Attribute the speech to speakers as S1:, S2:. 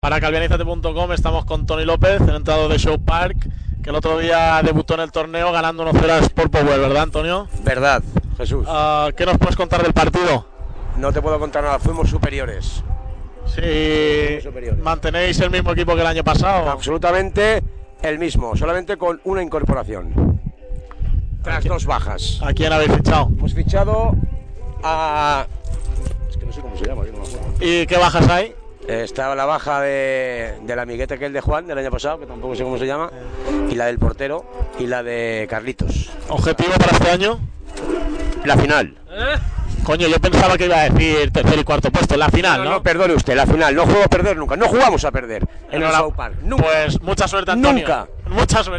S1: Para calvianizate.com estamos con Tony López, el entrado de Show Park, que el otro día debutó en el torneo ganando 1-0 a Sport Power, ¿verdad, Antonio?
S2: Verdad, Jesús.
S1: Ah, ¿Qué nos puedes contar del partido?
S2: No te puedo contar nada, fuimos superiores.
S1: Si
S2: superiores.
S1: mantenéis el mismo equipo que el año pasado.
S2: Absolutamente el mismo, solamente con una incorporación. Tras dos bajas.
S1: ¿A quién habéis fichado?
S2: Hemos fichado a. Es que no sé cómo se llama, yo no me acuerdo.
S1: ¿Y qué bajas hay?
S2: Estaba la baja de, del amiguete que el de Juan del año pasado, que tampoco sé cómo se llama, y la del portero y la de Carlitos.
S1: ¿Objetivo para este año?
S2: La final.
S1: Coño, yo pensaba que iba a decir tercer y cuarto puesto, la final,
S2: No,
S1: ¿no?
S2: no, perdone usted, la final. No juego a perder nunca. No jugamos a perder en el
S1: Enhorabuena.
S2: South Park. Nunca.
S1: Pues mucha suerte, Antonio.
S2: Nunca.
S1: Mucha suerte.